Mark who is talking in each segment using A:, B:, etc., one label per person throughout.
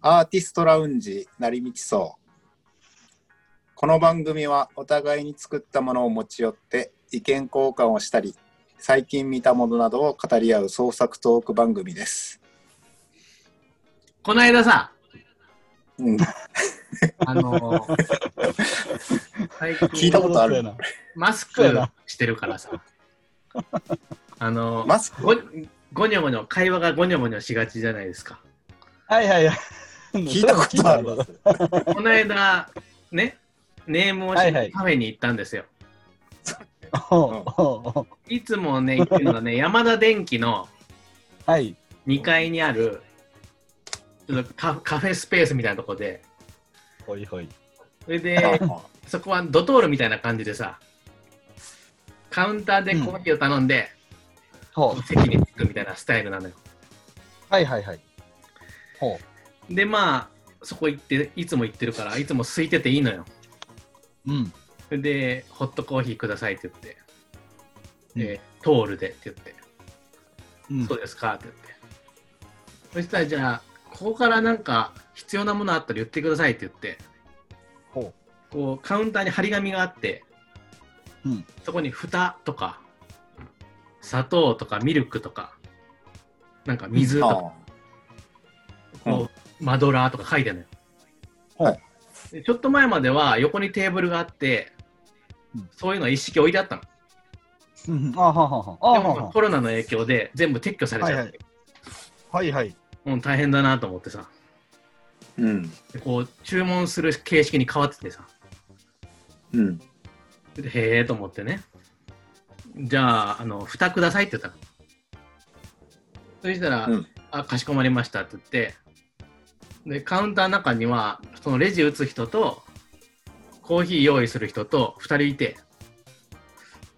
A: アーティストラウンジ成道荘この番組はお互いに作ったものを持ち寄って意見交換をしたり最近見たものなどを語り合う創作トーク番組です。
B: この間さ、
A: うん、
B: あのー 最近
A: 聞いたことある
C: な。
B: マスクしてるからさ、あのー
A: マスク
B: ごごにょごにょ、会話がごにょごにょしがちじゃないですか。
C: はいはいはい。
A: 聞いたことある
C: それは聞いたこと
B: この間、ね、ネームをし
C: は
B: て
C: いはい
B: カフェに行ったんですよ。
C: あるおうおうおう
B: いつもね、行ってるのがね、山田電機の
C: はい。
B: 2階にある、ちょっとカカフェスペースみたいなとこで、
C: ほいほい。
B: それで、
A: あ
B: そこはドトールみたいな感じでさ、カウンターでコーヒーを頼んで、
C: ほう。
B: 席に着くみたいなスタイルなのよ。
C: はいはいはい。ほ
B: で、まあ、そこ行って、いつも行ってるから、いつも空いてていいのよ。
C: う。うん。
B: それで、ホットコーヒーくださいって言って、
C: うん
B: でトールでって言って、
C: うん
B: そうですかって言って。そしたら、じゃあ、ここからなんか必要なものあったら言ってくださいって言って、
C: ほ
B: こう、カウンターに張り紙があって、
C: う。うん。
B: そこに蓋とか、砂糖とかミルクとか、なんか水とか、
A: あ
B: こうマドラーとか書いてあるのよ。
A: はい
B: でちょっと前までは横にテーブルがあって
C: うん、
B: そういうのは一式置いてあったの。
C: うんあははは。あ
B: で
C: は
B: もまあ
C: は
B: コロナの影響で全部撤去されちゃ
C: は
B: っ
C: い
B: て、
C: はいはい。
B: もう大変だなと思ってさ、
A: うん
B: でこう注文する形式に変わっててさ、
A: うん
B: でへえと思ってね。じゃあ、あの、蓋くださいって言ったの。そしたら、
A: うん
B: あ、かしこまりましたって言って、で、カウンターの中には、そのレジ打つ人と、コーヒー用意する人と2人いて、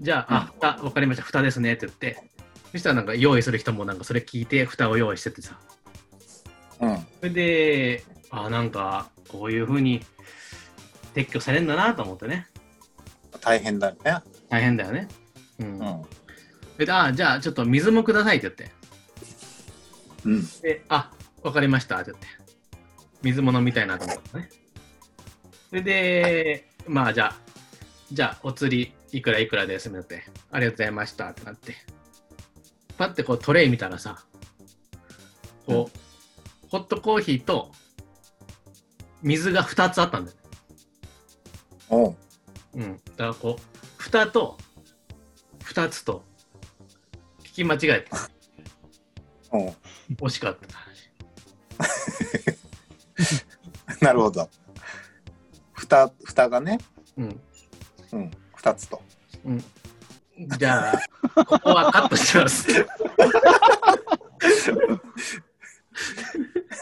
B: じゃあ、あ、蓋、わかりました、蓋ですねって言って、そしたらなんか用意する人もなんかそれ聞いて、蓋を用意しててさ。
A: うん
B: それで、あ、なんか、こういうふうに撤去されるんだなと思ってね。
A: 大変だね。
B: 大変だよね。
A: う
B: うん
A: ん
B: えあじゃあちょっと水もくださいって言って
A: うん
B: であわかりましたって言って水も飲みたいなと思ったのねそれでまあじゃあじゃあお釣りいくらいくらですみたいになってありがとうございましたってなってパッてこうトレイ見たらさこう、ホットコーヒーと水が2つあったんだよ、
A: おう
B: うん、だからこう蓋と2つと聞き間違えた
A: おう
B: 惜しかった
A: なるほど。蓋蓋がね、
B: うん
A: うん、2つと。
B: うんじゃあ、ここはカットします。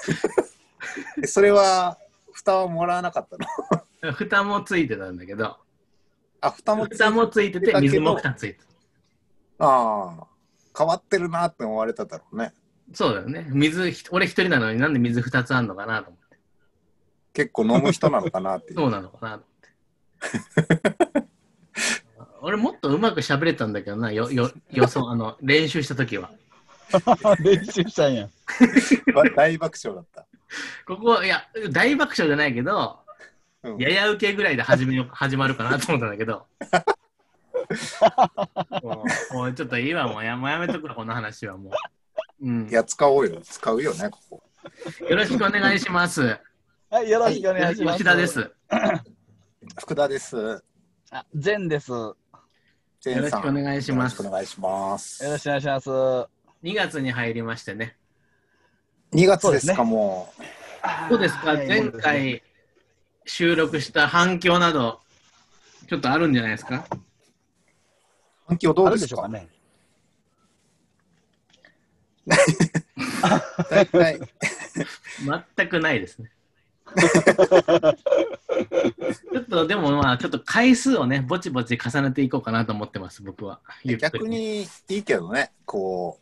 A: えそれは蓋はもらわなかったの
B: 蓋もついてたんだけど、
A: あ蓋も
B: 蓋もついてて、水も蓋ついてた。
A: ああ変わってるなって思われただろうね。
B: そうだよね。水ひ、俺一人なのになんで水二つあんのかなと思って。
A: 結構飲む人なのかなってい。
B: そううなのかなと 思って。俺もっとうまく喋れたんだけどな、よ、よ、予想、あの、練習した時は。
C: 練習したんや。
A: 大爆笑だった。
B: ここは、いや、大爆笑じゃないけど、
A: うん
B: やや受けぐらいで始めよ始まるかなと思ったんだけど。 もうもうちょっといいわ、もうやもうやめとくわ、この話はもう。うん、
A: いや使おうよ使うよねここ。
B: よろしくお願いします。
C: はい、よろしくお願いします。
B: 吉田で。す。よ
A: 福田です。
C: あ、善です。よ
A: ジェー
B: ろ
A: ン
B: し
A: さん
B: くお願いしま
A: よろ
B: す
A: しく。お願いします。
C: ろしくお願いします。そ
B: 2月に入りましてね。
A: 2月です
C: そ
A: かも
B: どうですか、前。回収録した反響など、ちょっとあるんじゃないですか
A: う反響ど
C: あ
A: う
C: る
A: で
C: ですしょうか
A: か。
C: ね。
A: 大体
B: 全くないですね。ちょっとでもまあちょっと回数をねぼちぼち重ねていこうかなと思ってます僕はゆっくり
A: 逆にいいけどねこ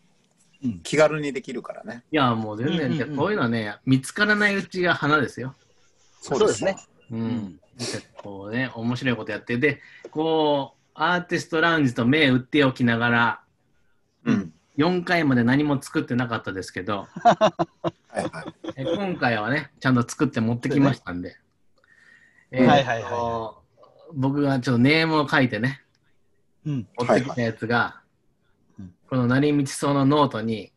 A: う、
C: うん
A: 気軽にできるからね。
B: いやもう全然、
C: うんうんうん
B: こういうのはね見つからないうちが花ですよ
A: そ
C: そうですね。。
B: うん、
C: ん
B: こうね面白いことやってでこうアーティストラウンジと目打っておきながら
A: うん。
B: 4回まで何も作ってなかったですけど
A: はいはい。
B: え今回はね、ちゃんと作って持ってきましたんで。えー
C: はいはいはい
B: あの僕がちょっとネームを書いてね、
C: うん。
B: 持ってきたやつが
C: はい、
B: この成道草のノートに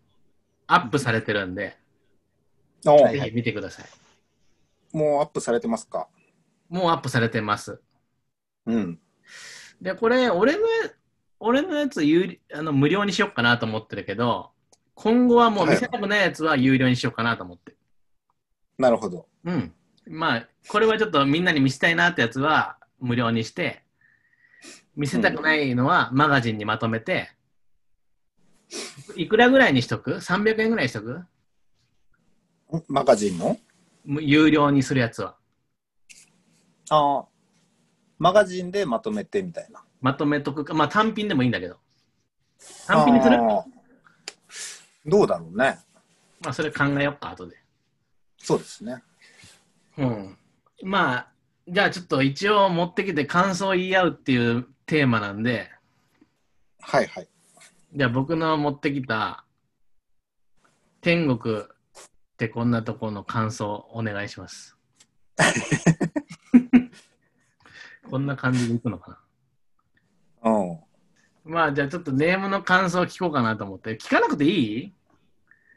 B: アップされてるんで、
A: お
C: は
B: ぜ
C: い
B: ひ見てください。
A: もうアップされてますか
B: もうアップされてます。
A: うん。
B: で、これ、俺の、俺のやつ有料あの無料にしようかなと思ってるけど、今後はもう見せたくないやつは有料にしようかなと思ってる。
A: なるほど。
B: うん。まあ、これはちょっとみんなに見せたいなってやつは無料にして、見せたくないのはマガジンにまとめて、いくらぐらいにしとく ?300 円ぐらいにしとく
A: んマガジンの
B: む有料にするやつは。
A: ああ。マガジンでまとめてみたいな。
B: まとめとくか、まあ単品でもいいんだけど。単品にする
A: あ
B: ま
A: ーどうだろうね。
B: あそれ考えよっか、後で。
A: そうですね。
B: うん。まあ、じゃあちょっと一応持ってきて感想を言い合うっていうテーマなんで、
A: はいはい。
B: じゃあ僕の持ってきた天国ってこんなところの感想お願いします。こんな感じでいくのかな。
A: うん。
B: まあじゃあちょっとネームの感想を聞こうかなと思って。聞かなくていい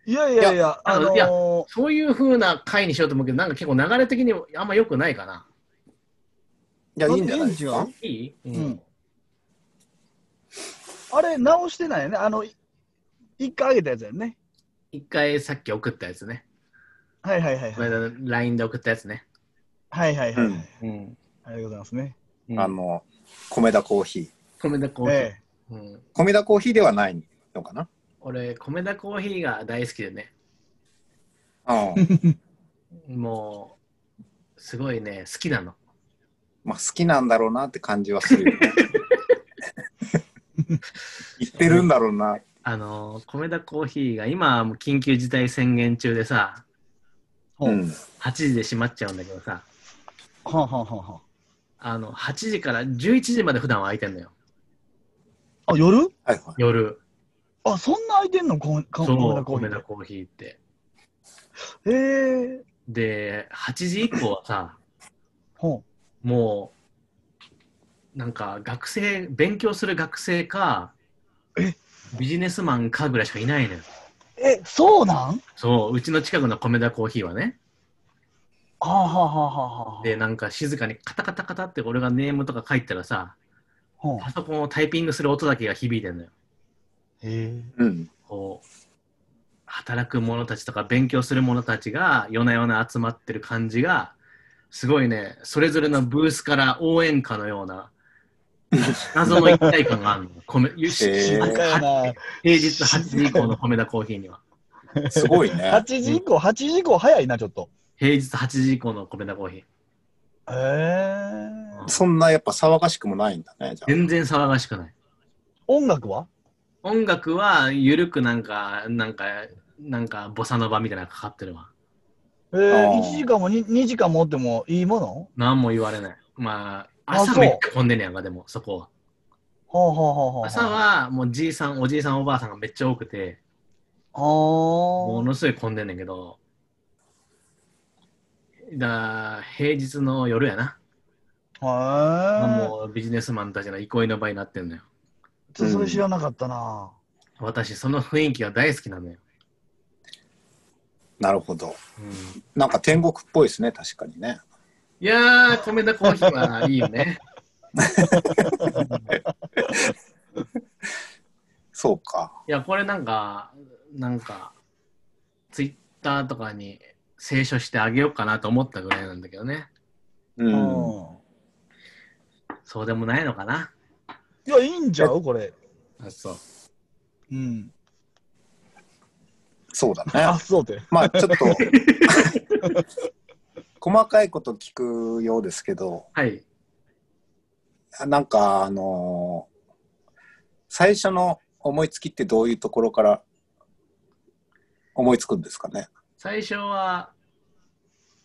C: いやいやいや、あの
B: いや
C: ー、
B: そういう風な回にしようと思うけど、なんか結構流れ的にあんま良くないかな。
A: いや、いいんじゃないです
C: いいん
A: か
B: いい、うん
C: うんあれ、直してないよね。あの、い一回あげたやつやんね。
B: 一回さっき送ったやつね。
C: はいはいはい
B: こ
C: は
B: の
C: い。
B: 間 LINE で送ったやつね。
C: はいはいはい。
A: うん
B: うん。
C: ありがとうございますね。
A: あの、米田コーヒー。
B: 米田コーヒー、
C: え
B: うん。
A: 米田コーヒーではないのかな
B: 俺、米田コーヒーが大好きでね。
A: うん。
B: もう、すごいね、好きなの。
A: まあ好きなんだろうなって感じはするよね。言ってるんだろうな。
B: あの、米田コーヒーが今はもう緊急事態宣言中でさ、
C: え。
A: う
C: うん。
A: ん。
B: 8時で閉まっちゃうんだけどさ、
C: はんはんはんはん。
B: あの、8時から11時まで普段は開いてんのよ、
C: あ、夜
A: はいはい。
B: 夜。
C: あ、そんな空いてんのここ
B: そう、
C: こ
B: 米
C: ん
B: 田
C: な
B: コーヒーって。
C: へえ。
B: で、8時以降はさ、
C: ほ
B: もう、なんか学生、勉強する学生か
C: え、
B: ビジネスマンかぐらいしかいないのよ。
C: う。え、そうなん
B: そう、うちの近くの米田コーヒーはね。
C: はあはあはあはあはあ。
B: で、なんか静かにカタカタカタって俺がネームとか書いたらさ、
C: ほう。
B: パソコンをタイピングする音だけが響いてんのよ。
C: へえ。
A: うん。
B: こう、働く者たちとか勉強する者たちが夜な夜な集まってる感じが、すごいね、それぞれのブースから応援歌のような、謎の一体感があ るの。米よし
A: へー
B: は
C: 静かやな。
B: 平日8時以降の米田コーヒーには。
A: すごいね
C: 8。時以降、8時以降早いな、ちょっと。
B: 平日8時以降の米田コーヒー。
C: へえ。
A: そんなやっぱ騒がしくもないんだね、じゃあ。
B: 全然騒がしくない。
C: 音楽は
B: 音楽は緩くなんか、なんか、なんか、ボサノバみたいなのかかってるわ。
C: えー、
A: あー
C: 1時間も 2, 時間もおってもいいもの
B: 何も言われない。まあ、
C: あ
B: 朝
C: そう
B: めっちゃ混んでんねやんか、でも、そこは。
C: ほうほうほうほう。
B: 朝は、もうじいさん、おじいさん、おばあさんがめっちゃ多くて、
C: あ
B: も
C: ー
B: のすごい混んでんねんけど、だ平日の夜やな。
C: へえ。
B: もうビジネスマンたちの憩いの場になってんのよ。
C: ちょっとそれ知らなかったな。
B: 私、その雰囲気が大好きなのよ。
A: なるほど。
B: うん、
A: なんか天国っぽいですね、確かにね。
B: いやー、米田コーヒー はいいよね。
A: そうか。
B: いや、これなんか、なんか、ツイッターとかに清書してあげようかなと思ったぐらいなんだけどね。
A: う。
C: うん
B: そうでもないのかな。
C: いや、いいんちゃうこれ。
B: あそう。
C: うん。
A: そうだ
C: あ、
A: ね。
C: そうて。
A: まあちょっと、 細かいこと聞くようですけど、
B: はい。
A: なんかあのー最初の思いつきってどういうところから思いつくんですかね。
B: 最初は、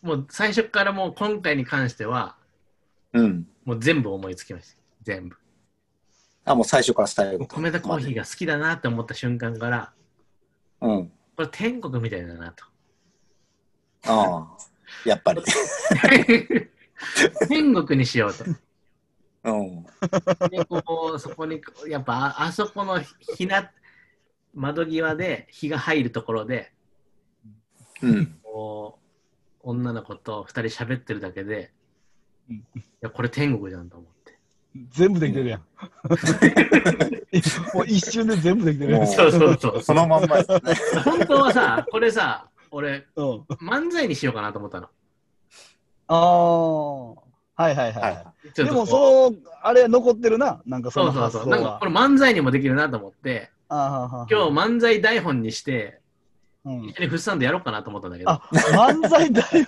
B: もう最初からもう今回に関しては、
A: うん。
B: もう全部思いつきました。全部。
A: あ、もう最初から最
B: もう
A: 後。
B: 米田コーヒーが好きだなって思った瞬間から、
A: うん。
B: これ天国みたいだなと。
A: ああ、やっぱり。
B: 天国にしようと。
A: うん。
B: でこうそこにやっぱああそこのひな窓際で日が入るところで
A: うん。
B: こう女の子と2人喋ってるだけで、
C: うん
B: いやこれ天国じゃんと思って。
C: 全部できて るやん。もう一瞬で全部できてるやん。
A: も
B: そうそうそう。
A: そのまんまですね。
B: 本当はさ、これさ、俺、
C: うん、
B: 漫才にしようかなと思ったの。
C: ああ、はいはいはい。
A: は
B: ちょっ
C: で
B: とこう
C: も、その、あれ残ってるな。なんかそ
B: そ
C: の
B: うそう
C: 発
B: そう。
C: 想
B: なんか
C: は
B: こ。れ漫才にもできるなと思って、
C: あ
B: 今日
C: 日、
B: 漫才台本にして、
C: うん
B: 一緒にフッサンでやろうかなと思ったんだけど
C: あ、漫才だよ。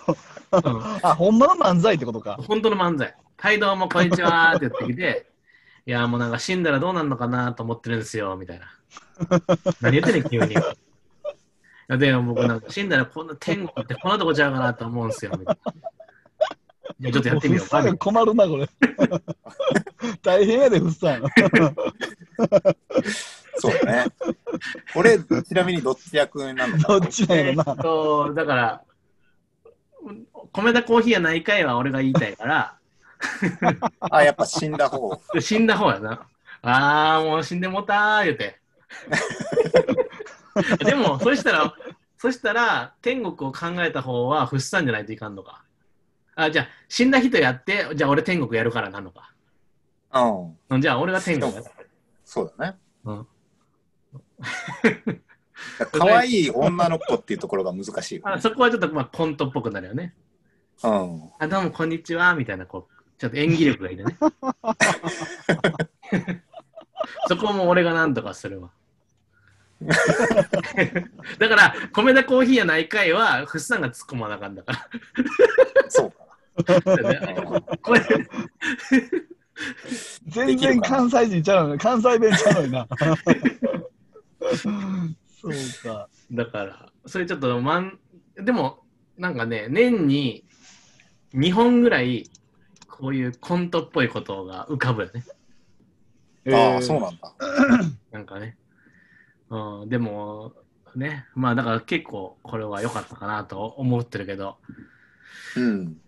C: あ、ほんまの漫才ってことか
B: うん。本当の漫才。はい、どうも、こんにちはって言ってきて、いや、もうなんか死んだらどうなるのかなと思ってるんですよ、みたいな。何言ってんねん、急に。いやでも僕なんか死んだらこんな天国ってこんなとこちゃうかなと思うんですよ、みたいな。じゃあちょっとやってみよう
C: ふっさ
B: か、みた
C: ん
B: い
C: が
B: な
C: 困るな、これ。 大変やで、ふ っさん。
A: いそうね。俺、ちなみにどっち役なの
C: どっちなんや
B: えー
C: ろ
B: っ
C: な。
B: と、だから、米田コーヒーやないかいは俺が言いたいから、
A: あ、やっぱ死んだ方。
B: 死んだ方やな。あー、もう死んでもうたー、言うて。でも、そしたら、そしたら、天国を考えた方は、フッサンじゃないといかんのか。あ、じゃあ、死んだ人やって、じゃあ俺天国やるからなのか。
A: うん。
B: うんじゃあ俺が天国やる。
A: そうだね。
B: うん
A: 可愛い女の子っていうところが難しいよ
B: あ
A: ね。
B: そこはちょっとまあコントっぽくなるよね。
A: うん。
B: あ、どうもこんにちは、みたいな、こう、ちょっと演技力がい るね。そこも俺がなんとかするわ。だから、米田コーヒーやないかいは、フッサンが突っ込まなあかんだか
A: そうか。
B: ら。これ
C: 全然関西人ちゃうのに、関西弁ちゃうの にな。そうか。
B: だから、それちょっと、まん、でも、なんかね、年に2本ぐらい、こういうコントっぽいことが浮かぶよね。
A: ああ、そう
C: な
A: なんだ。
B: なんかね。うん、でも、ね、まあだから結構これは良かったかなと思ってるけど、
A: うん。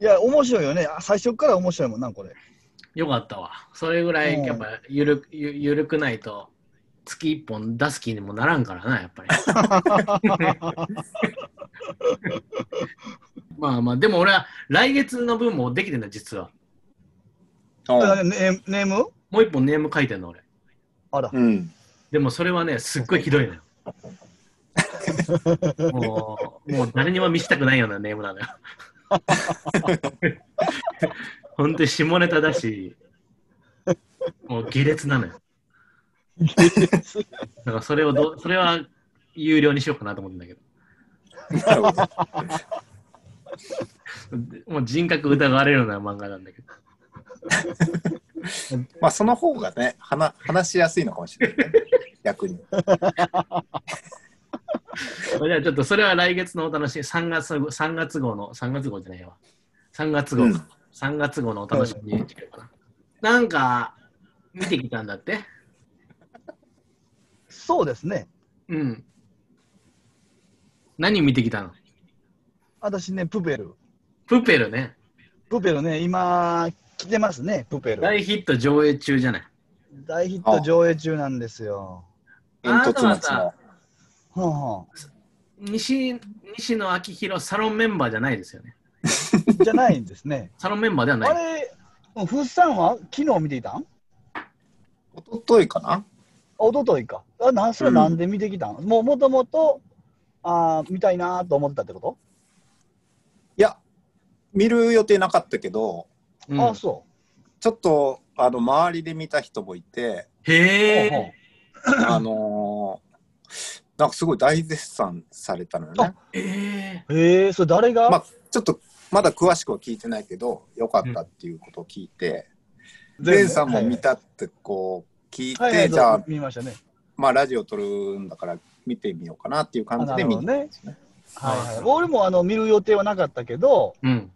C: いや、面白いよね。あ最初から面白いもんな、これ。
B: 良かったわ。それぐらいやっぱゆる,、ゆゆるくないと、月一本出す気にもならんからな、やっぱり。まあまあ、でも俺は来月の分もできてんだ、実は。
A: う
C: ネネーム
B: もう一本ネーム書いてんの、俺。
C: あら。
A: ん。うん。
B: でもそれはね、すっごいひどいのよ。もう、もう誰にも見せたくないようなネームなのよ。本当に下ネタだし、もう下劣なのよ。だからそれをどう、それは有料にしようかなと思うんだけど。
A: なるほど。
B: もう人格疑われるような漫画なんだけど。
A: まあ、その方がね、話話しやすいのかもしれない、ね。逆に。
B: じゃあちょっとそれは来月のお楽しみ、3月号3月号の、3月号じゃないわ。3月号、
A: うん
B: 3月号のお楽しみにしてるかな。なんか、見てきたんだって
C: そうですね。
B: うん。何見てきたの
C: 私ね、プペル。
B: プペルね。
C: プペルね、今、来てますね、プペル。
B: 大ヒット上映中じゃない。
C: 大ヒット上映中なんですよ。
A: 煙突町
B: あなたは
A: の。
C: ほんほ
B: 西西野昭弘サロンメンバーじゃないですよね。
C: ん。じゃないんですね。
B: サロンメンバーでは
C: あ
B: ない。
C: れ、ふっさんは昨日見ていたん
A: 一昨日かな
C: あ一昨日か。あ、なんそれなんで見てきたん、もうもともと、あー見たいなーと思ってたってこと、
A: いや、見る予定なかったけど、
B: うん
C: あ、そ
A: ちょっと、あの、周りで見た人もいて、
C: う。
B: へ
C: ほうほ
B: え
C: う。
A: あのーなんかすごい大絶賛されたのよね。
B: え
C: えー、それ誰が、
A: まあ、ちょっと、まだ詳しくは聞いてないけど、よかったっていうことを聞いて、
C: 全部
A: レンさんも見たってこう、聞い
C: はいはい、
A: て、じゃあ
C: そう、見ましたね。
A: まあ、ラジオ撮るんだから見てみようかなっていう感じで見に行ったんですね。
C: はいはい、
B: そう
C: 俺もあの見る予定はなかったけど、
B: ー。うん。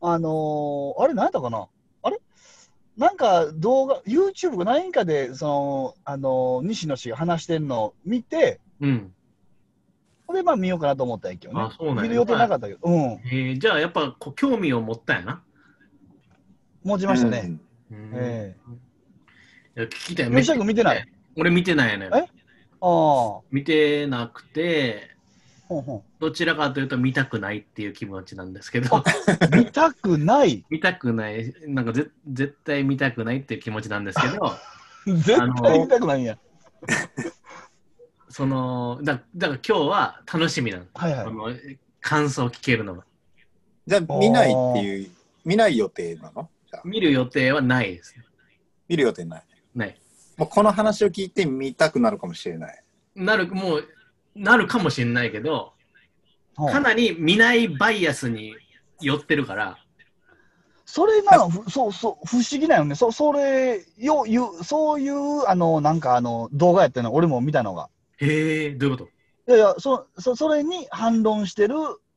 C: あのー、あれ、何やったかなあれなんか動画、YouTube か何かで、その、あのー西野氏が話してるのを見て、
B: うん。
C: それまあ見ようかなと思ったんやけどね
B: あ、そうなんや
C: 見る予定なかったけど、うん、
B: えーじゃあやっぱこう興味を持ったんやな。
C: 持ちましたね。
B: うん
C: え
B: いや聞きたい。
C: え吉田君見てない
B: い俺見てないのよ
C: え。ああ、ほ
B: 見てなくて、
C: んほん。
B: どちらかというと見たくないっていう気持ちなんですけど、
C: 見たくない。
B: 見たくない、なんかぜ絶対見たくないっていう気持ちなんですけど、
C: 絶対見たくないんや。
B: そのだだから今日は楽しみなの。
C: はいはい
B: あ。の感想を聞けるのが。
A: じゃあ見ないっていう、見ない予定なのじゃあ
B: 見る予定はないです。
A: 見る予定ない。
B: ない。
A: もうこの話を聞いて見たくなるかもしれない。
B: なる、もう、なるかもしれないけど、
C: ほん
B: かなり見ないバイアスに寄ってるから、
C: それな、ふそうそう、不思議だよね。そ、それ、よ、ゆ、そういう、あの、なんかあの、動画やったの、俺も見たのが。
B: へえ、どういうこと
C: いやいや、そ、そ、それに反論してる、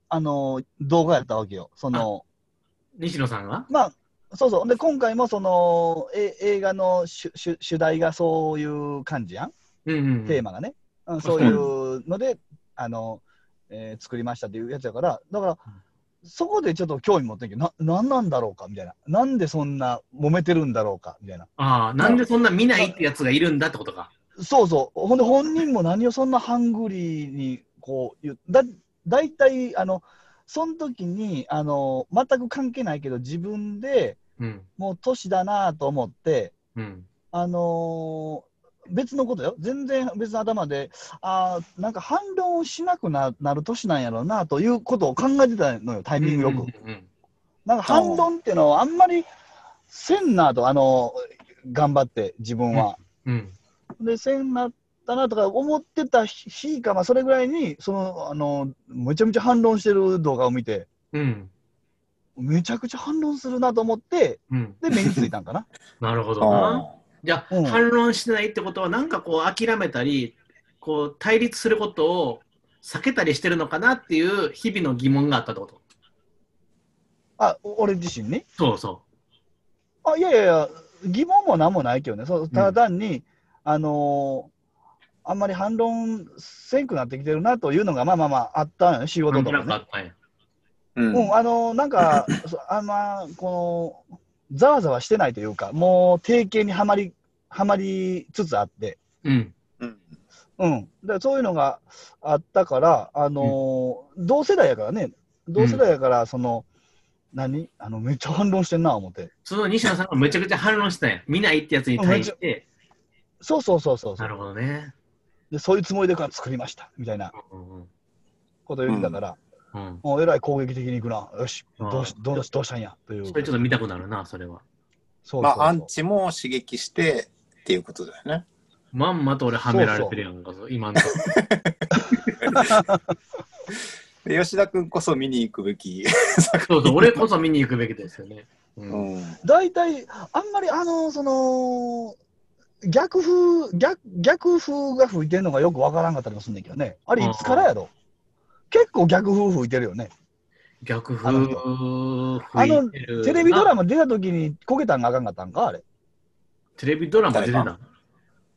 C: あの、動画やったわけよ。その、
B: 西野さんが
C: まあ、そうそう。で、今回もその、え映画の主主主題がそういう感じやん、
B: うんうんうん。
C: テーマがね。うん、そういうので、あの、えー作りましたっていうやつやから、だから、そこでちょっと興味持ってんけど、な、なんなんだろうかみたいな。なんでそんな揉めてるんだろうかみたいな。
B: ああ、なんでそんな見ないってやつがいるんだってことか。
C: そうそう。ほんで、本人も何をそんなハングリーに、こう言う、だ、大体、あの、その時に、あの、全く関係ないけど、自分で
B: うん。
C: もう年だなと思って、
B: うん。
C: あのー別のことよ。全然別の頭で、ああ、なんか反論をしなくななる年なんやろうな、ということを考えてたのよ、タイミングよく。
B: うんうん
C: なんか反論っていうのはあんまりせんなと、あのー頑張って、自分は。
B: うん。うん
C: で、せんなったなとか思ってた日か、まあ、それぐらいに、その、あの、めちゃめちゃ反論してる動画を見て、
B: うん。
C: めちゃくちゃ反論するなと思って、
B: うん。
C: で、目についたんかな。
B: なるほどな。
A: あ
B: じゃあ、
C: うん
B: 反論してないってことは、なんかこう、諦めたり、こう、対立することを避けたりしてるのかなっていう日々の疑問があったってこと。
C: あ、お俺自身に
B: そうそ
C: あ、いやいやいや、疑問も何もないけどね。そうただ単に、あのーあんまり反論せんくなってきてるなというのが、まあまあまあ、あったのよ、仕
B: う。な
C: 事
B: ん
C: と
B: と
C: か
B: なくあ
C: ね。
B: ったんや。
A: ーうん
C: うん、あのーなんか、そうあんま、この、ざわざわしてないというか、もう、定型にはまり、はまりつつあって、
B: うん。
A: うん
C: うん、でそういうのがあったから、あのー同世代やからね、同世代やから、その、何あのめっちゃ反論してんな、思って。
B: その西野さんがめちゃくちゃ反論してたんや。見ないってやつに対して。
C: そうそうそうそうそ
B: な
C: う
B: るほどね。
C: で、そういうつもりでから作りました、みたいな
B: うんうん
C: こと言ってたから、
B: うん。うん
C: もうえらい攻撃的にいくな、よし、
B: あー
C: どうしどうしどうしたんや、という。
B: それちょっと見たくなるな、それは。
C: そうそうそう
A: まあ、アンチも刺激してっていうことだよね。
B: まんまと俺はめられてるやんか、そう今のとこ。
A: で吉田君こそ見に行くべき。
B: そうそう、俺こそ見に行くべきですよね。うん
A: うん
C: 大体、あんまり、あのーその、逆風逆、逆風が吹いてんのがよくわからんかったりもするんだけどね。あれ、いつからやろ結構逆風吹いてるよね。
B: 逆風吹いてるな
C: テレビドラマ出た時にこけたんがあかんかったんかあれ。
B: テレビドラマ出てたの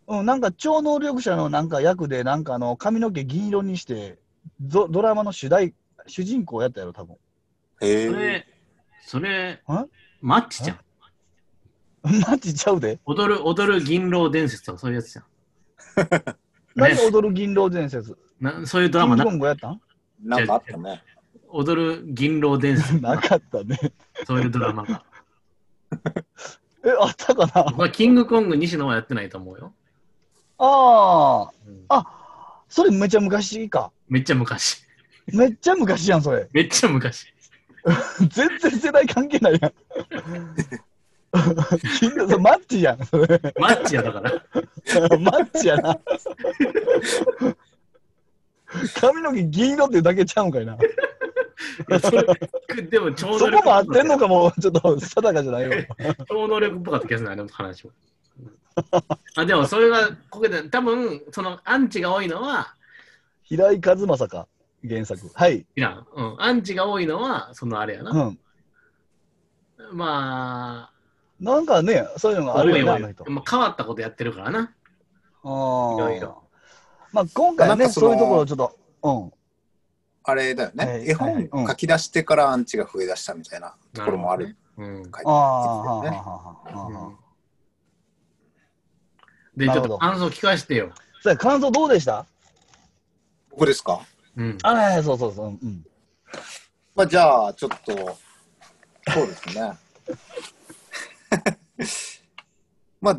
C: うん、なんか超能力者のなんか役で、なんかあの髪の毛銀色にして、ドドラマの主題、主人公やったやろ、多分。
A: へ
B: そ
A: え
B: れ、それ
C: ん、
B: マッチじゃん。
C: マジちゃうで。
B: 踊る、踊る銀狼伝説とかそういうやつじゃん。
C: 何踊る銀狼伝説。
B: なそういうド
C: キ
B: ラマ
C: ン
B: な
C: グコ、ングやったん
A: なんかあったね。
B: 踊る銀狼伝説、
C: なかったね。
B: そういうドラマが。
C: え、あったかな
B: 僕はキングコング西野はやってないと思うよ。
C: あ
B: うん
C: あ。あ、それめっちゃ昔か。
B: めっちゃ昔。
C: めっちゃ昔やん、それ。
B: めっちゃ昔。
C: 全然世代関係ない やん。 キングそれマッチやん、それ。
B: マッチやだから。
C: マッチやな。髪の毛銀色っていうだけちゃうんかいな。
B: いやそれでも超
C: そ
B: 能
C: こ
B: 力っぽか
C: も合っ
B: った
C: てんのかも、ちょっと定かじゃないよ。
B: 超能力っぽかった気がするな、あの話も。あでもそれがこけた、多分そのアンチが多いのは、
C: 平井和正か、原作。はい。
B: いや、うん、アンチが多いのは、そのあれや
C: う
B: な。
C: ん。ま
B: ま
C: なんかね、そういうの
B: あ、
C: があ
B: 多
C: る
B: い
C: よ
B: わ
C: ね、あの
B: よ
C: 人。
B: まあ、変わったことやってるからな。
C: あー
B: いろいろ
C: まあ今回
A: な
C: は
A: ん
C: ね、
A: かそ
C: そ
A: の
C: ういうところをちょっと、
A: あれだよね、
C: はい
A: 絵
C: はい
A: 本
C: うん
A: 書き出してからアンチが増え出したみたいなところもある。
B: うん
A: 書いて
C: ああ、はあ
A: あるんで
C: はあ
A: すよね
C: はあはあはあ。
B: で、ち
C: な
B: ょ
C: る
B: っ
C: ほ
B: と
C: ど
B: 感想聞かせてよ。
C: さあ、感想どうでした
A: ここですか、
B: うん。
C: あはいはい、そうそうそう。うん。
A: まあ、じゃあ、ちょっと、そうですね。 まあ、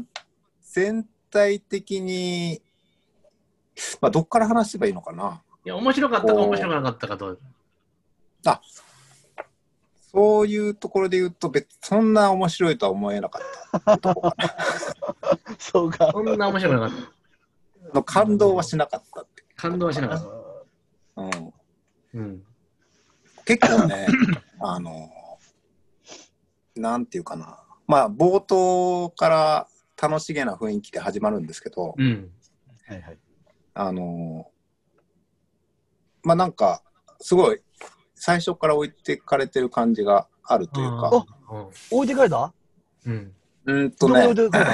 A: 全体的に、まあ、どっから話せばいいのかな。
B: いや、面白かったか面白くなかったかどう
A: そういうところで言うと、別そんな面白いとは思えなかったってとこかな。
C: そうか。
B: そんな面白くなかった。
A: あの感動はしなかったって。
B: 感動はしなかった。
C: う
A: うん
B: うん。
A: 結構 ね、あの、なんていうかな、まあ、冒頭から楽しげな雰囲気で始まるんですけど、
B: うん。
C: んはいはい。
A: あの、まあなんか、すごい、最初から置いてかれてる感じがあるという
B: あ
A: か、
B: ー
C: 置いてかれた
B: うん。
A: うん
C: ど
A: と
C: こに
A: ね
C: 置い、てかれ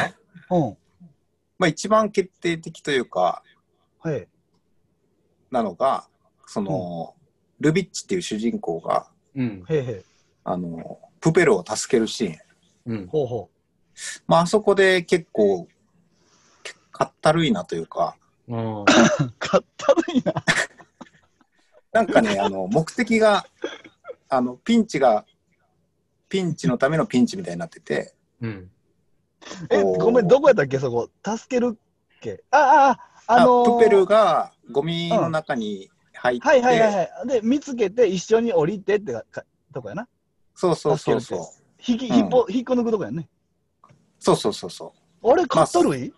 C: たうん。
A: まあ一番決定的というか、
C: はい。
A: なのが、その、ルビッチっていう主人公が、
B: うん。
C: へいへい。
A: あの、プペルを助けるシーン。
B: うん。
C: ほうほ
A: まあ、あそこで結構、かったるいなというか、
B: うん。
C: う。かったるいな。
A: なんかね、あの目的が、あのピンチが、ピンチのためのピンチみたいになってて、
B: うん。
C: え、
A: おー
C: ごめん、どこやったっけ、そこ。助けるっけ。ああ、あ
A: あ
C: あのー
A: プペルがゴミの中に入って、
C: はいはいはいはい。で、見つけて一緒に降りてってかかとこやな。
A: そうそうそうそう、
C: 引き、
A: うん
C: 引っぽ、引っこ抜くとこやんね。
A: そうそうそうそう、
C: あれ、かったるい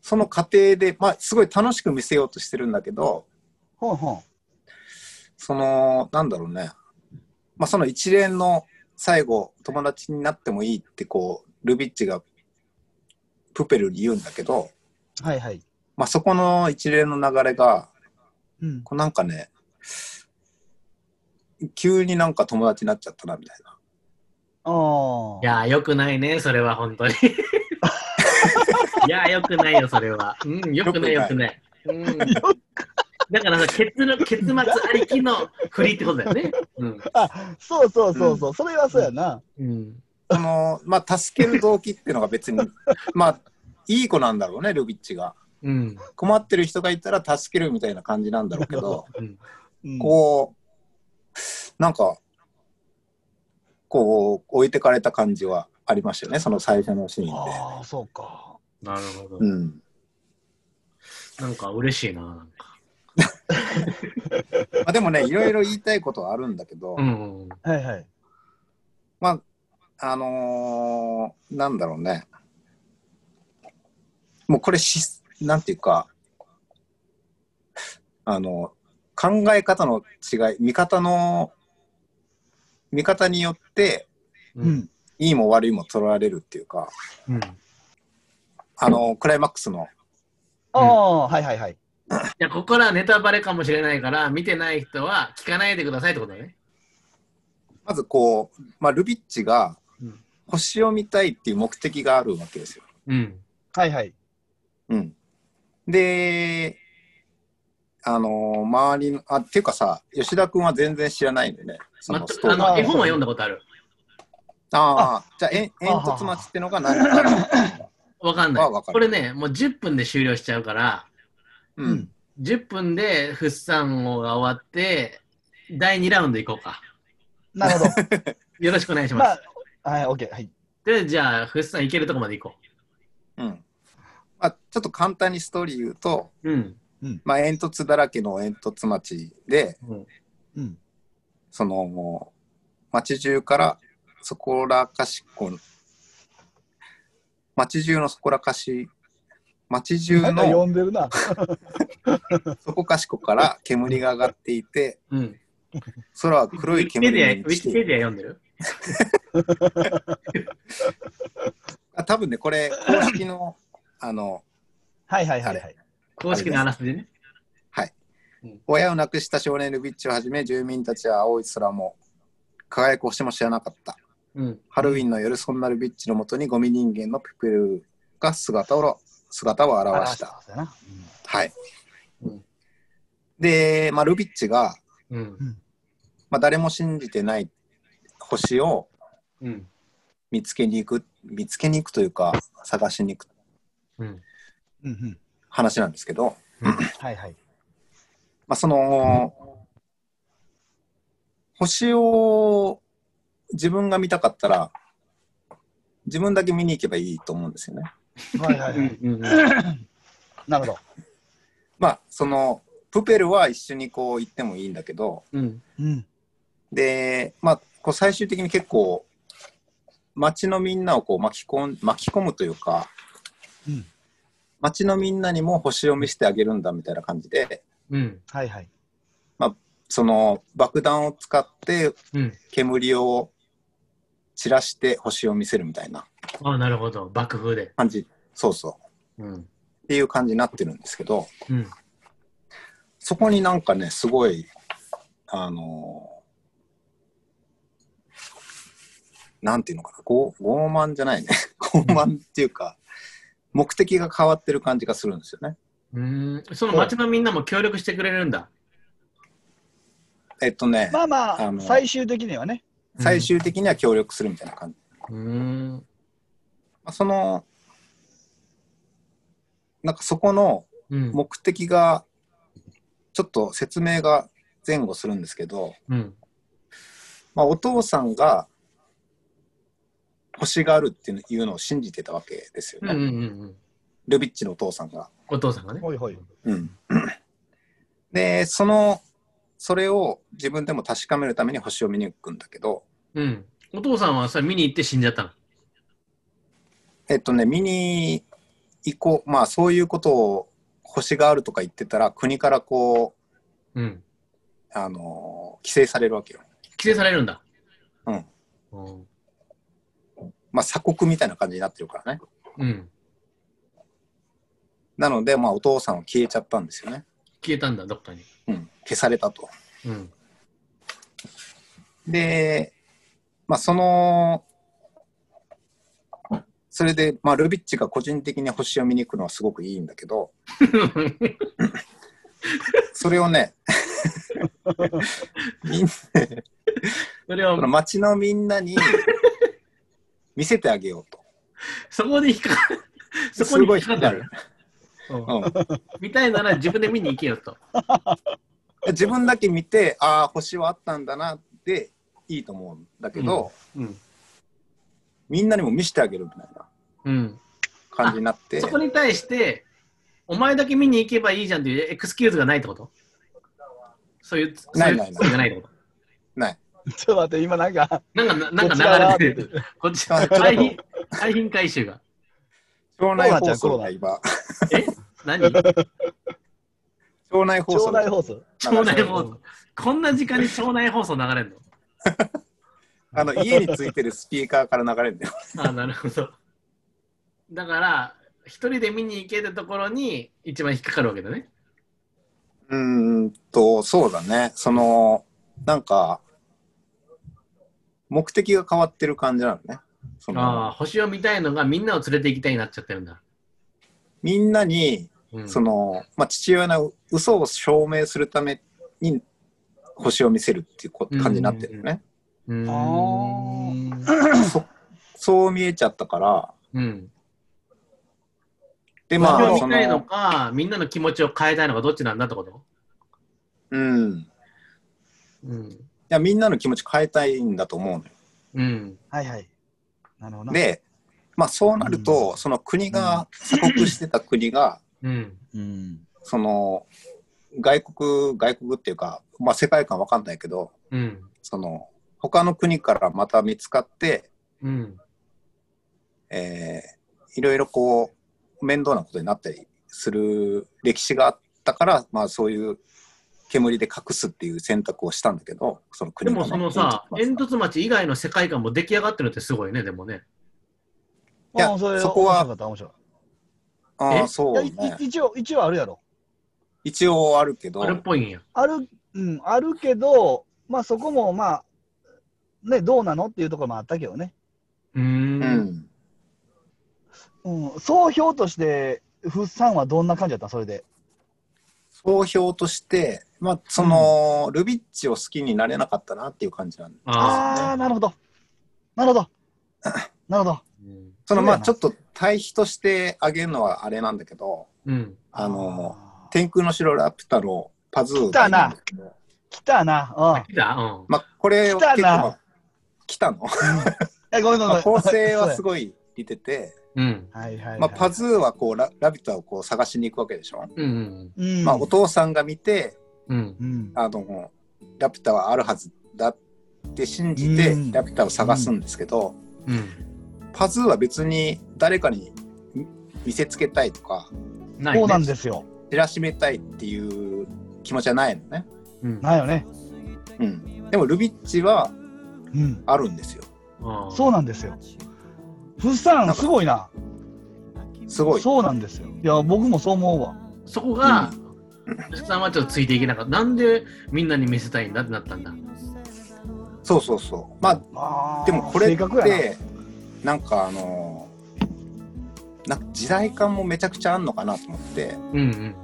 A: その過程で、まあ、すごい楽しく見せようとしてるんだけど、
C: ほんほん。
A: その、なんだろうね、まあ、その一連の最後、友達になってもいいって、こう、ルビッチがプペルに言うんだけど、
C: はいはい。
A: まあ、そこの一連の流れが、
C: うん。
A: こうなんかね、急になんか友達になっちゃったなみたいな。
C: あ
B: いや
C: あ。
B: ー、よくないね、それは、本当に。いやー、よくないよ、それは。うん、よくない、よ
A: よ
B: く
A: く
B: ない。うん。だからさ、結論結末ありきの振りってことだよね。うん。
C: あ、そうそうそうそう。それはそうやな。
B: うん。
A: その、まあ、助ける動機っていうのが別 に、まあ、いい子なんだろうね、ルビッチが。
B: うん。
A: 困ってる人がいたら助けるみたいな感じなんだろうけど、
B: うん。
C: うん
A: こう、なんか、こう、置いてかれた感じはありましたよね、その最初のシーンで。
C: ああ、そうか。
B: なるほど。
A: うん。
B: なんか嬉しいな。なんか
A: まあ、でもね、いろいろ言いたいことはあるんだけど、
B: うん。
C: はいはい。
A: まあ、あのーなんだろうね。もうこれし、なんていうか、あの、考え方の違い、見方の、見方によって、
B: う。
C: うんん。
A: いいも悪いも取られるっていうか、
B: うん。い
A: あの、クライマックスの、
C: ああ、はいはいはい。
B: や、ここからネタバレかもしれないから、見てない人は聞かないでくださいってことだね。
A: まずこう、まあ、ルビッチが
B: うん
A: 星を見たいっていう目的があるわけですよ。
B: うん。
C: はいはい。
A: うん。で、あのー周りの、あ、っていうかさ、吉田君は全然知らないんでね、そ
B: 全
A: のストー
B: く、あ
A: リー。
B: の、絵本は読んだことある。
A: ああ、じゃあ、えん煙突町ってのが何か
B: わかんな。
A: はいわかる
B: これね、もう10分で終了しちゃうから、
A: うん。
B: 10分でフッサンをが終わって、第2ラウンド行こうか。
C: なるほ
B: よろしくお願いし
C: ど。
B: ます。
C: まあ、はい、オッケー。はい。
B: で、じゃあ、フッサン行けるとこまで行こ
A: うん。まあ、ちょっと簡単にストーリー言うと、
B: う。うん。
A: まあ、煙突だらけの煙突町で、
B: うん。
C: うん。
A: その、もう町中から、そこらかしこ、町中のそこらかし、町中
C: なんか呼
A: の
C: んでるな。
A: そこかしこから煙が上がっていて、
B: うん、
A: 空は黒い煙
B: ウィ
A: に
B: キペディアウィ
A: 満ち
B: キ
A: ている
B: ペディア読んでる
A: あ多分ねこれ公式のあの
C: はいはいはいはい。
B: 公式のあらすじね。
A: 親を亡くした少年ルビッチをはじめ住民たちは青い空も輝く星も知らなかった
B: うん。
A: ハロウィンの夜そんなルビッチのもとにゴミ人間のプペルが姿を姿を現した
C: 表したな。
A: はい、
B: うん
A: で、まあ、ルビッチが
B: うん。
A: まあ、誰も信じてない星を
B: うん。
A: 見つけに行く見つけに行くというか探しに行く
B: うん。
C: うんうん。
A: 話なんですけど、
C: はいはい。
A: まあ、その、星を自分が見たかったら自分だけ見に行けばいいと思うんですよね。
C: はいはいはい。
B: うん。
C: なるほど。
A: まあそのプペルは一緒にこう行ってもいいんだけど
B: うん。
C: うん。
A: で、まあ、こう最終的に結構町のみんなをこう巻き込ん巻き込むというか
C: うん。
A: 町のみんなにも星を見せてあげるんだみたいな感じで
B: うん。
C: はいはい。
A: その爆弾を使って
B: うん。
A: 煙を散らして星を見せるみたいな
B: ああ、なるほど。爆風で。
A: 感じそうそう
B: うん。
A: っていう感じになってるんですけど
B: うん。
A: そこになんかねすごいあのーなんていうのかな傲傲慢じゃないね 傲慢っていうか目的が変わってる感じがするんですよね。
B: うん。その町のみんなも協力してくれるんだ。
A: えっとね、
C: まあま
A: あ
C: あ、
A: の
C: 最終的にはね。
A: 最終的には協力するみたいな感じ。
B: うん。
A: まあそのなんかそこの
B: うん。
A: 目的がちょっと説明が前後するんですけど、
B: うん。
A: まあ、お父さんが星があるっていうのいうのを信じてたわけですよ
B: うん。
A: ね、
B: うん。
A: ルビッチのお父さんが。
B: お父さんがね。
C: ほいほい。
A: でそのそれを自分でも確かめるために星を見に行くんだけど
B: うん。お父さんはそれ見に行って死んじゃったの。
A: えっとね見に行こうまあそういうことを星があるとか言ってたら国からこう
B: うん。
A: あの規制されるわけよ。
B: 規制されるんだ。
A: うん。
B: うん。
A: まあ鎖国みたいな感じになってるからね。
B: うん。
A: なのでまあお父さんは消えちゃったんですよね。
B: 消えたんだ、どっかに。
A: うん、消されたと。
B: うん。
A: で、まあ、その、それで、まあ、ルビッチが個人的に星を見に行くのはすごくいいんだけど、それをね、みん
B: それは
A: その町のみんなに見せてあげようと。
B: そこで引っかかる。そこ
A: す
B: に
A: ご
B: 引
A: い
B: っ
A: 光
B: か
A: る
B: かる。うん
A: うん、
B: 見たいなら自分で見に行けよと。
A: 自分だけ見て、ああ、星はあったんだなっていいと思うんだけど、
B: うん。
A: みんなにも見せてあげるみたいな
B: うん。
A: 感じになって
B: そ、こに対して、お前だけ見に行けばいいじゃんっていうエクスキューズがないってことそういう、そう
A: ないうないない
B: そううじゃないってこと
A: ない。
C: ちょっと待って、今なんか、
B: なんか、な
C: こっち
B: なん
C: 側
B: か流れ てる。こっち、
A: あちょっと
B: 廃品、廃品回収が。
A: 町内放送が今、
B: 何
A: 町内放
C: 町
A: 送が
C: 内放送。
B: 町内放送。こんな時間に町内放送流れるの
A: あの家についてるスピーカーから流れるんだよ。
B: あなるほど。だから、一人で見に行けるところに一番引っかかるわけだね。
A: うーんと、そうだね。その、なんか、目的が変わってる感じなのね。そ
B: ああ、
A: の
B: 星を見たいのがみんなを連れて行きたいになっちゃってるんだ。
A: みんなに、
B: うん、
A: その、まあ、父親の嘘を証明するために星を見せるっていうこ
B: うん
A: 感じになってるね。
B: うーん
A: そそう見えちゃったから、
B: うん。
A: で、ま
B: ま
A: あ、
B: あ、
A: そ
B: 見たいの
A: の、
B: か、みんなの気持ちを変えたいのか、どっちなんだってこと
A: うん。い
B: うん。
A: や、みんなの気持ち変えたいんだと思うのよ。
B: うん。
C: はいはい。なるほどな。
A: で、まあ、そうなると、その国が、鎖国してた国が、
B: うん。
C: うん。
A: その外国外国っていうか、まあ、世界観わかんないけど
B: うん。
A: その他の国からまた見つかって、
B: うん。
A: えーいろいろこう面倒なことになったりする歴史があったから、まあ、そういう煙で隠すっていう選択をしたんだけどその
B: で
A: 国が
B: も
A: ね
B: そのさ、
A: 煙
B: 煙
A: 突
B: 突町以外の世界観も出来上がってるってすごいね、でもね。
A: いや
C: あーれ
A: そこは
C: 面白かった、面白かっ
A: ああ
B: え
A: そ
C: た
A: う
C: いや
A: ね
C: いい一応、一応あるやろ。
A: 一応あるけど
B: あれっぽいんや。
C: ある、うん、あるけど、まあそこもまあ、ね、どうなのっていうところもあったけどね。
B: うーん
A: う。ん
C: うん、総評として、フッサンはどんな感じだったそれで。
A: 総評として、まあ、その、ルビッチを好きになれなかったなっていう感じなんで、
B: あ
C: ああー、なるほど。なるほど。なるほど。
B: ー。
A: そのまあち
C: そ
A: ょっと対比としてあげるのはあれなんだけど、
B: うん。
A: あの、
C: あー
A: 天空の城ラピュタのパズー
C: 来たな来たな。うん
B: 来たうん。
A: まあ、これを
C: 来た
A: 結
C: な
A: 構、来たの。
C: え、ごめんごめ
A: ま
C: んごめ
A: あ
C: ん。
A: 構成はす
C: ごい。
A: ごい似てて、
B: うん。
C: はいはいはい。
A: まあ、パズーはこうララビットをこう探しに行くわけでしょ。
B: うん。
C: うん。
A: まあ、お父さんが見て
B: うん。
C: うん。
A: あのラピュタはあるはずだって信じて
C: うん
A: ラピュタを探すんですけど、
B: うん。
A: パズーは別に誰かに見見せつけたいとか
B: ないね
C: そうなんですよ。
A: 知らしめたいっていう気持ちはないのね。
B: うん。
C: ないよね。
A: うん、でもルビッチは
C: うん。
A: あるんですよ。
C: そう
B: な
C: なんですよ。フさん、すごいな。
A: すごい。
C: そうなんですよ。いや、僕もそう思うわ。
B: そこが
A: う、
B: 吉さんはちょっとついていけなかった。なんでみんなに見せたいんだってなったんだ。
A: そうそうそう。まあ
C: あー
A: でもこれっ
C: 正確や
A: てなんかあのなんか時代感もめちゃくちゃあんのかなと思って
B: うんうん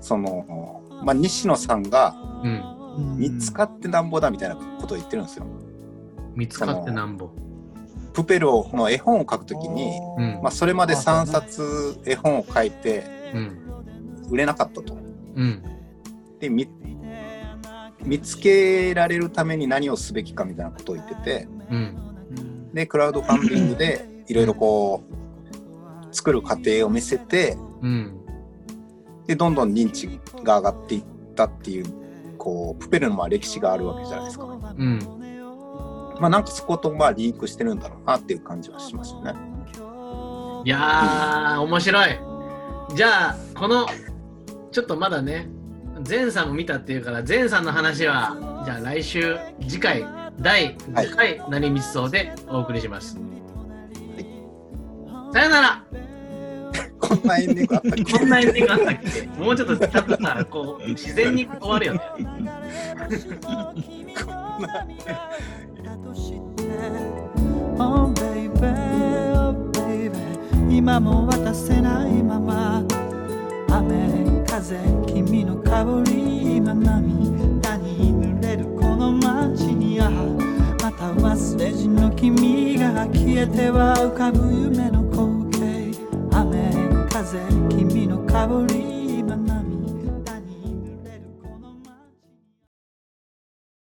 A: その、まあ、西野さんが
B: うん。うん。
C: なうん
A: 見つかってなんぼだみたいなことを言ってるんですよ。
B: 見つかってなんぼ。
A: プペルをの絵本を書くときに、
B: うん
A: まあ、それまで3冊絵本を書いて
B: うん。
A: 売れなかったと。
B: うん。
A: で見見つけられるために何をすべきかみたいなことを言ってて
B: うん。
A: でクラウドファンディングでいろいろこう作る過程を見せて
B: うん。
A: でどんどん認知が上がっていったっていうこうプペルのまあ歴史があるわけじゃないですか。
B: うん。
A: まあなんかそことまあリンクしてるんだろうなっていう感じはしますよね。
B: いやー、面白い。じゃあ、この、ちょっとまだね、前さんも見たっていうから、前さんの話は、じゃあ来週、次回、第5回、なりみちそうでお送りします。さよなら
A: こんなエンディングあったっけ
B: こんなエンディングあったっけもうちょっとちゃんとさ、こう、自然に終わるよね。
D: Oh baby, oh baby 今も渡せないまま雨風君の香り今涙に濡れるこの街にあまた忘れじの君が消えては浮かぶ夢の光景雨風君の香り